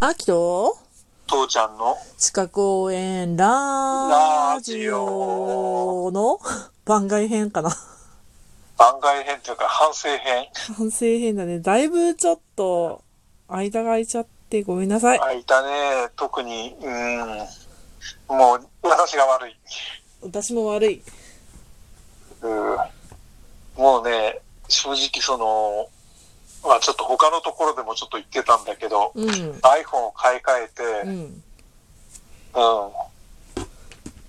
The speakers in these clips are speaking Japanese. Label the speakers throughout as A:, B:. A: 秋と
B: 父ちゃんの
A: 地下公園ラジオの番外編かな。
B: 番外編というか反省編、
A: 反省編だね。だいぶちょっと、間が空いちゃってごめんなさい。
B: あいたね、特に、うーん、もう私が悪い。
A: 私も悪い。
B: うんもうね、正直その、まあちょっと他のところでもちょっと言ってたんだけど、
A: うん。
B: iPhone を買い替えて、う。
A: うんん。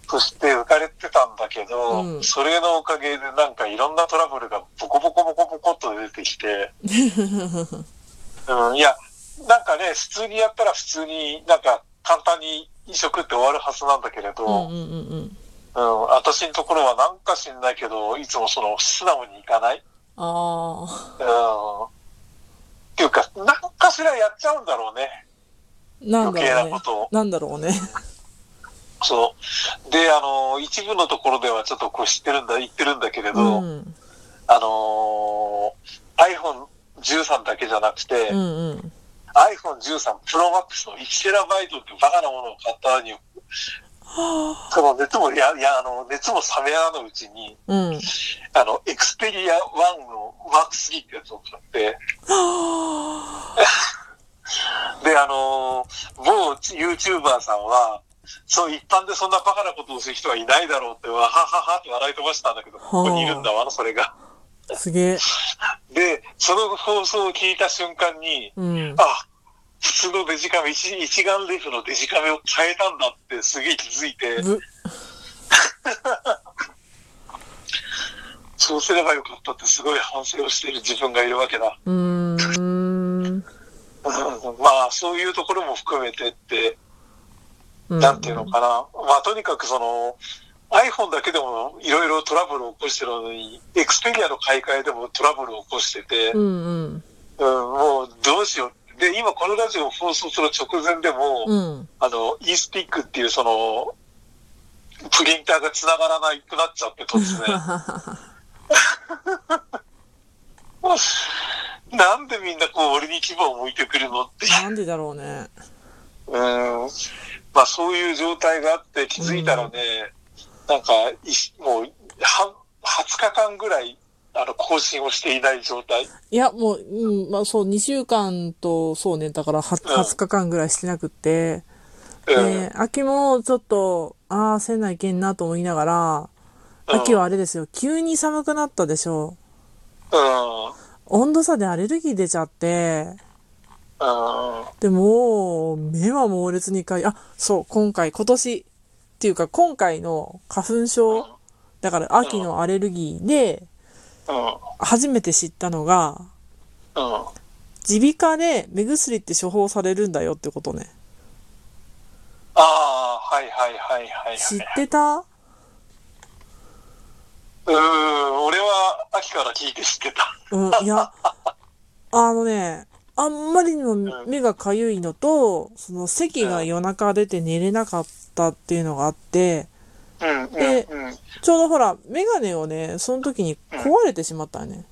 B: そして浮かれてたんだけど、
A: うん
B: それのおかげでなんかいろんなトラブルがボコボコボコボコっと出て きて、うん、いや、なんかね、普通にやったら普通になんか簡単に移植って終わるはずなんだけれど、
A: うんうんうんうん。
B: うん、私のところはなんか知んないけど、いつもその素直にいかない。
A: あ
B: うん。っていうか、なんかしらやっちゃうんだろうね。
A: ー。なん
B: 余計
A: だろ
B: な
A: うね
B: こ。とを。
A: なんだろうね。
B: そう。で、あの、一部のところではちょっとこう知ってるんだ、言ってるんだけれ
A: う
B: ど、
A: ん。
B: あのー iPhone13 だけじゃなくて、
A: うんうん。
B: iPhone13 Pro Max の 1TB ってバカなものを買ったに、その熱も、いや、いや、あの、熱も冷めやらぬうちに、
A: うん。
B: あの、エクスペリア1のマーク3ってやつを買って、で、あのー某 YouTuber さんは、そう、一般でそんなバカなことをする人はいないだろうって、わはははって笑い飛ばしたんだけど、ここにいるんだわな、それが。
A: すげえ。
B: で、その放送を聞いた瞬間に、
A: うん。
B: あ、普通のデジカメ、一一眼レフのデジカメを変えたんだってすげえ気づいて、
A: ぶ、
B: そうすればよかったってすごい反省をしている自分がいるわけだ。
A: うーん。
B: うんまあ、そういうところも含めてって、なんていうのかな。まあ、とにかくその、iPhone だけでもいろいろトラブルを起こしてるのに、Xperia の買い替えでもトラブルを起こしてて、
A: う
B: うん、
A: んうん。
B: もうどうしよう。で、今このラジオを放送する直前でも、
A: うん。
B: あの、e スピックっていうその、プリンターが繋がらなくなっちゃって突 然。なんでみんなこう俺に牙を向いてくるのっていう
A: なんでだろうね。
B: うーんまあそういう状態があって気づいたらね、なんかいし、もう、は、20日間ぐらい、あの、更新をしていない状態。
A: いや、もう、うん、まあそう、2週間と、そうね、だからは
B: うん
A: 20日間ぐらいしてなくって、
B: うん。
A: で、秋もちょっと、ああ、せないけんなと思いながら、
B: うん
A: 秋はあれですよ、急に寒くなったでしょ。
B: うん。
A: 温度差でアレルギー出ちゃって、
B: うん。
A: でもう、目は猛烈にかい、あ、そう、今回、今年、っていうか今回の花粉症、だから秋のアレルギーで、
B: うん。
A: 初めて知ったのが、
B: うん。
A: 耳鼻科で目薬って処方されるんだよってことね。
B: ああ、はいはいはいはい、
A: 知っ
B: はい。
A: てた
B: うーん、俺は秋から聞いて知ってた。
A: うん、いや、あのね、あんまりにも目がかゆいのと、その咳が夜中出て寝れなかったっていうのがあって、
B: うん、うん、
A: え
B: うん、うん、うん、うん。
A: ちょうどほら、メガネをね、その時に壊れてしまったよね。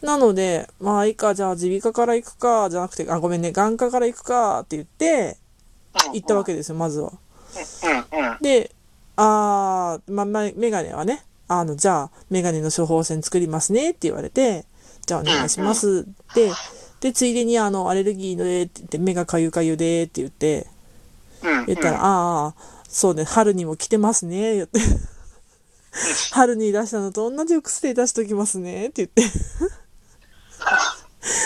A: なので、まあいいか、じゃあ耳鼻科から行くか、じゃなくて、あ、ごめんね、眼科から行くかって言って、行ったわけですよ、まずは。
B: うん、うん、うん、
A: で、あー、まあ、まメガネはね、あの、じゃあ、メガネの処方箋作りますねって言われて、じゃあお願いしますって、で、ついでに、あの、アレルギーで、って言って、目がかゆかゆで、って言って、
B: うん。
A: 言ったら、ああ、そうね、春にも来てますね、言って。 春に出したのと同じ薬出しときますね、って言 って。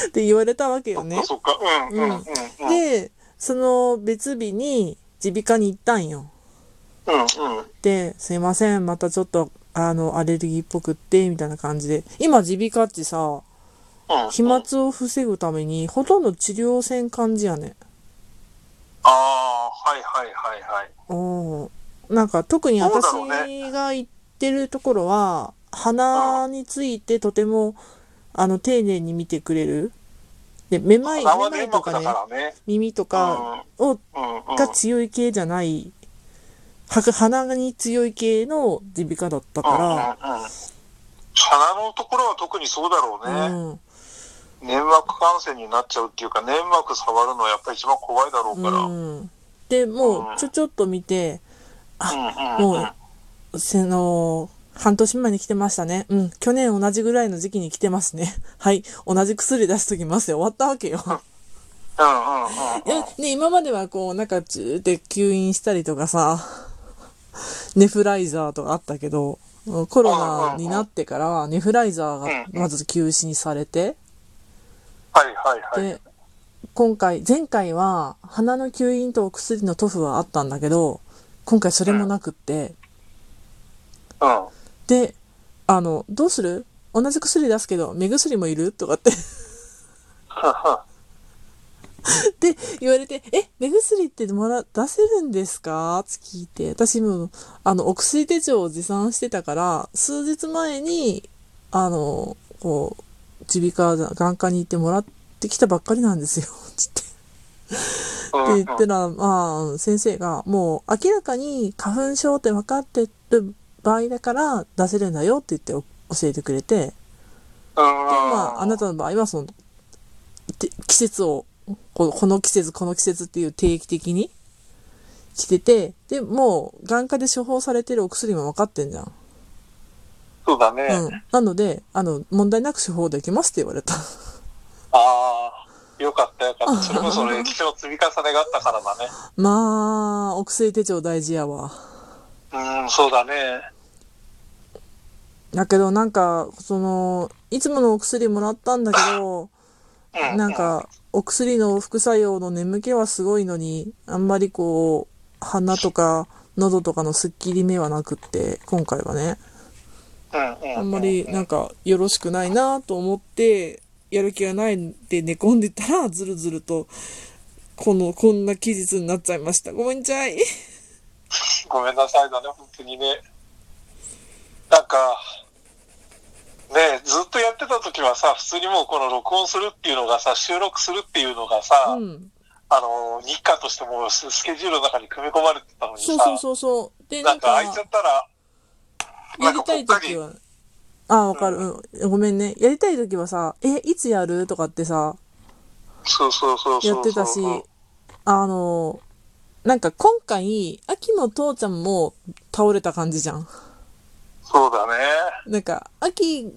A: って言われたわけよね。
B: そっか、うん、うん、うん、うん。
A: で、その別日に、耳鼻科に行ったんよ。
B: うん、うん。
A: で、すいません、またちょっと、あの、アレルギーっぽくって、みたいな感じで。今、耳鼻科ってさ、
B: うん
A: 飛沫を防ぐために、ほとんど治療せん感じやね。
B: ああ、はいはいはいはい。
A: おなんか、特に
B: そう
A: 私
B: だろうね
A: が行ってるところは、鼻についてとても、あの、丁寧に見てくれる。で、めまい、
B: 鼻は
A: めま
B: 粘
A: いと
B: 膜
A: か
B: だ
A: ね、
B: からね。
A: 耳とかを、
B: うんうん。
A: が強い系じゃない、は鼻に強い系の耳鼻科だった
B: うんうん
A: から、
B: うん鼻のところは特にそうだろうね。
A: うん
B: 粘膜感染になっちゃうっていうか、粘膜触るのはやっぱり一番怖いだろうから。うん
A: うん。で、もう、ちょちょっと見て、
B: うんうん。
A: もう、せの、半年前に来てましたね。うん。去年同じぐらいの時期に来てますね。 はい。同じ薬出しときますよ。終わったわけよ。
B: うんうん
A: いや、ね、今まではこう、なんか、チューって吸引したりとかさ、 ネフライザーとかあったけど、コロナになってからは、ネフライザーがまず休止にされて、
B: はいはいはい。
A: で、今回、前回は、鼻の吸引とお薬の塗布はあったんだけど、今回それもなくって、
B: うん。
A: で、あの、どうする同じ薬出すけど、目薬もいるとかって。 って言われて、え、目薬ってもら、出せるんですかって聞いて、私も、あの、お薬手帳を持参してたから、数日前に、あの、こう、耳鼻科、眼科に行ってもらってきたばっかりなんですよ、つって。って言ってたら、まあ、先生が、もう明らかに花粉症って分かってる場合だから出せるんだよって言ってお教えてくれて、で、まあ、あな
B: た。
A: たの場合は、その、て季節をこう、この季節、この季節っていう定期的に来てて、で、もう、眼科で処方されてるお薬も分かってんじゃん。
B: そうだね。
A: うん。なので、あの、問題なく処方できますって言われた。
B: ああ、よかったよかった。それこそ歴史の積み重ねがあったからだね。
A: まあ、お薬手帳大事やわ。
B: うん、そうだね。
A: だけどなんか、その、いつものお薬もらったんだけど、
B: うん。
A: なんか、お薬の副作用の眠気はすごいのに、あんまりこう、鼻とか喉とかのすっきり目はなくって、今回はね、
B: うんうんうん、
A: あんまりなんかよろしくないなと思って、やる気がないんで寝込んでたら、ずるずると、この、こんな期日になっちゃいました。ごめんちゃい。
B: ごめんなさいだね、本当にね。なんか、ねずっとやってた時はさ、普通にもうこの録音するっていうのがさ、収録するっていうのがさ、
A: うん。
B: あの、日課としてもうススケジュールの中に組み込まれてたのにさ、
A: そうそうそうそう。で、
B: な
A: なんん
B: か
A: か、
B: 開いちゃったら、
A: やりたい時は、あ、わかる、うん。ごめんね。やりたい時はさ、え、いつやるとかってさ、
B: そうそうそうそう。
A: やってたし
B: うん、
A: あの、なんか今回、秋の父ちゃんも倒れた感じじゃん。
B: そうだね。
A: なんか、秋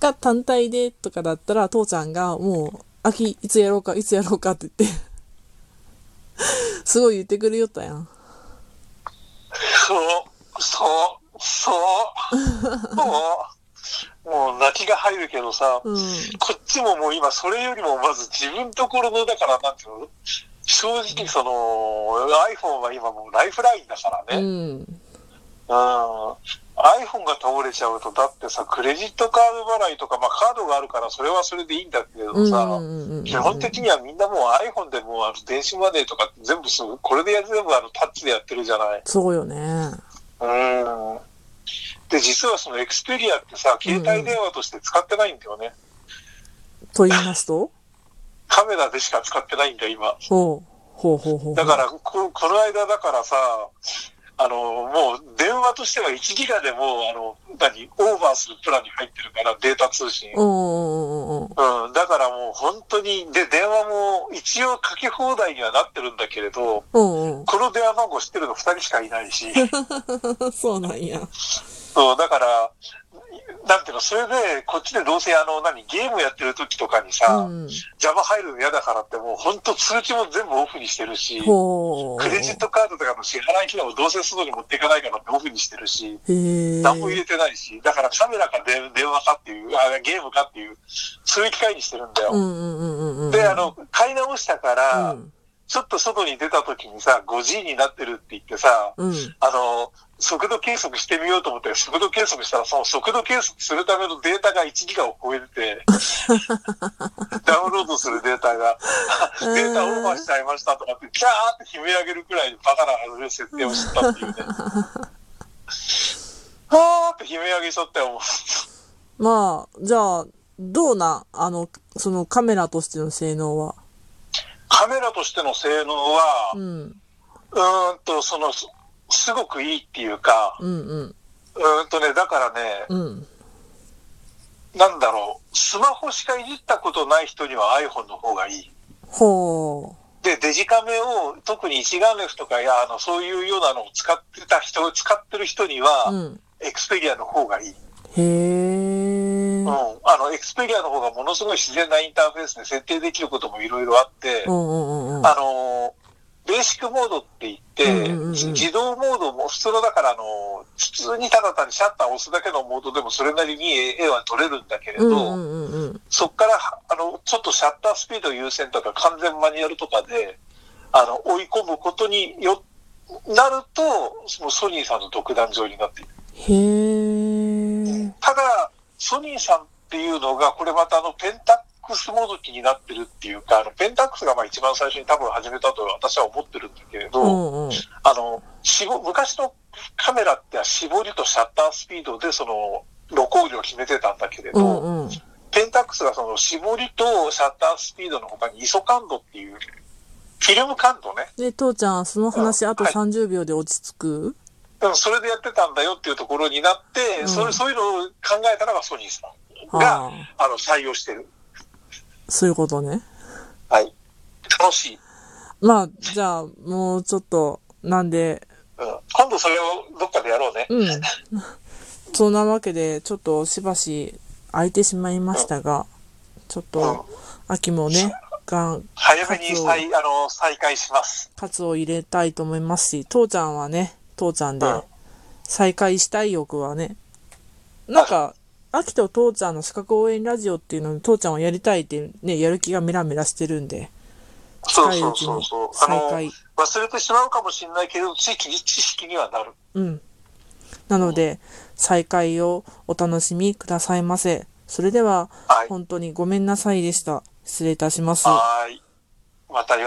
A: が単体でとかだったら、父ちゃんがもう、秋、いつやろうか、いつやろうかって言って、 すごい言ってくれよったやん。
B: そう、そう、そう、そう。もう泣きが入るけどさ、
A: うん。
B: こっちももう今、それよりもまず自分ところの、だから、なんていうの正直、その、iPhone は今もうライフラインだから
A: う
B: ね。うん。
A: ん。
B: iPhone が倒れちゃうと、だってさ、クレジットカード払いとか、まあカードがあるから、それはそれでいいんだけ
A: う
B: ど
A: ん。
B: さ、
A: うんうん。
B: 基本的にはみんなもう iPhone でもうあの電子マネーとか全部すぐ、これでや全部あのタッチでやってるじゃない。
A: そうよね。
B: うん。で、実はそのエクスペリアってさ、携帯電話として使ってないんだよね。
A: と言いますと
B: カメラでしか使ってないんだよ、今。
A: ほう。ほうほうほう。
B: だから、ここの間だからさ、あの、もう電話としては1ギガでもう、あの、何、オーバーするプランに入ってるから、データ通信。
A: うんうんうんうん。
B: うん、だからもう本当に、で、電話も一応かけ放題にはなってるんだけれど、
A: うん
B: この電話番号知ってるの2人しかいな いし、
A: うん。 そうなんや。
B: そう、だから、なんていうの、それで、こっちでどうせあの、何、ゲームやってる時とかにさ、
A: うん。
B: 邪魔入るの嫌だからってもう本当通知も全部オフにしてるし、
A: ほう。
B: クレジットカードとかの支払い機能をどうせ外に持っていかないからってオフにしてるし、
A: へー
B: 何も入れてないし、だからカメラか電電話かっていう、あゲームかっていう、そういう機会にしてるんだ
A: う
B: よ。
A: んうんうんうんうん。
B: で、あの、買い直したから、
A: うん、
B: ちょっと外に出た時にさ、5G になってるって言ってさ、
A: うん。
B: あの、速度計測してみようと思って、速度計測したら、その速度計測するためのデータが1ギガを超えて て、ダウンロードするデータが、データオーバーしちゃいましたとかって、キャーって悲鳴上げるくらいバカな設定をしてた っていうね。はーって悲鳴上げちゃったよ、もう。
A: まあ、じゃあ、どうな、あの、そのカメラとしての性能は。
B: カメラとしての性能は
A: う、ん、
B: うーんと、その、すすごくいいっていうか、
A: うん、うん、
B: うーんとね、だからね、
A: うん。
B: なんだろう、スマホしかいじったことない人には iPhone の方がいい。
A: ほ
B: で、デジカメを特に一眼レフとかや、あの、そういうようなのを使ってた人、使ってる人に
A: う。う
B: は、
A: ん。
B: エクスペリアの方がいい。
A: へえ。
B: うん。あの、エクスペリアの方がものすごい自然なインターフェースで設定できることもいろいろあって、
A: うんうんうんうん。
B: あのー、ベーシックモードって言って、
A: うんうんうん
B: じ自動モードも普通のだから、あのー、普通にただ単にシャッターを押すだけのモードでもそれなりに絵絵は撮れるんだけれ
A: う
B: ど、
A: んうんうんうん。
B: そっから、あの、ちょっとシャッタースピード優先とか完全マニュアルとかで、あの、追い込むことによ、なると、もうソニーさんの独壇場になっている。
A: へえ。
B: ただ、ソニーさんっていうのが、これまたあの、ペンタックスもどきになってるっていうか、あの、ペンタックスがまあ一番最初に多分始めたと私は思ってるんだけれ
A: う
B: ど、
A: んうん。
B: あの、絞昔のカメラって絞りとシャッタースピードでその、露光量を決めてたんだけれ
A: う
B: ど、
A: んうん。
B: ペンタックスがその絞りとシャッタースピードの他に ISO 感度っていう、フィルム感度ね。
A: で、父ちゃん、その話あと
B: はい
A: 30秒で落ち着く
B: うんそれでやってたんだよっていうところになって、
A: うん
B: それそういうのを考えたのがソニーさんが、
A: ああ。
B: あの、採用してる。
A: そういうことね。
B: はい。楽しい。
A: まあ、じゃあ、もうちょっと、なんで、
B: うん。今度それをどっかでやろうね。
A: うん。 そんなわけで、ちょっとしばし空いてしまいましたが、ちょっと、秋もね、がん、
B: 早めに再、あの、再開します。
A: カツを入れたいと思いますし、父ちゃんはね、父ちゃんで
B: うん、
A: 再開したい欲はね、なんか、秋と父ちゃんの資格応援ラジオっていうのに、父ちゃんはやりたいってね、やる気がメラメラしてるんで、
B: そう
A: 近い
B: そうう
A: ち
B: そう
A: に
B: そう。あ
A: 再
B: の、
A: 開。
B: 忘れてしまうかもしれないけれど、知識に知識にはなる。
A: うん。なので、再開をお楽しみくださいませ。それでは、
B: はい。
A: 本当にごめんなさいでした。失礼いたします。
B: はーい。またよ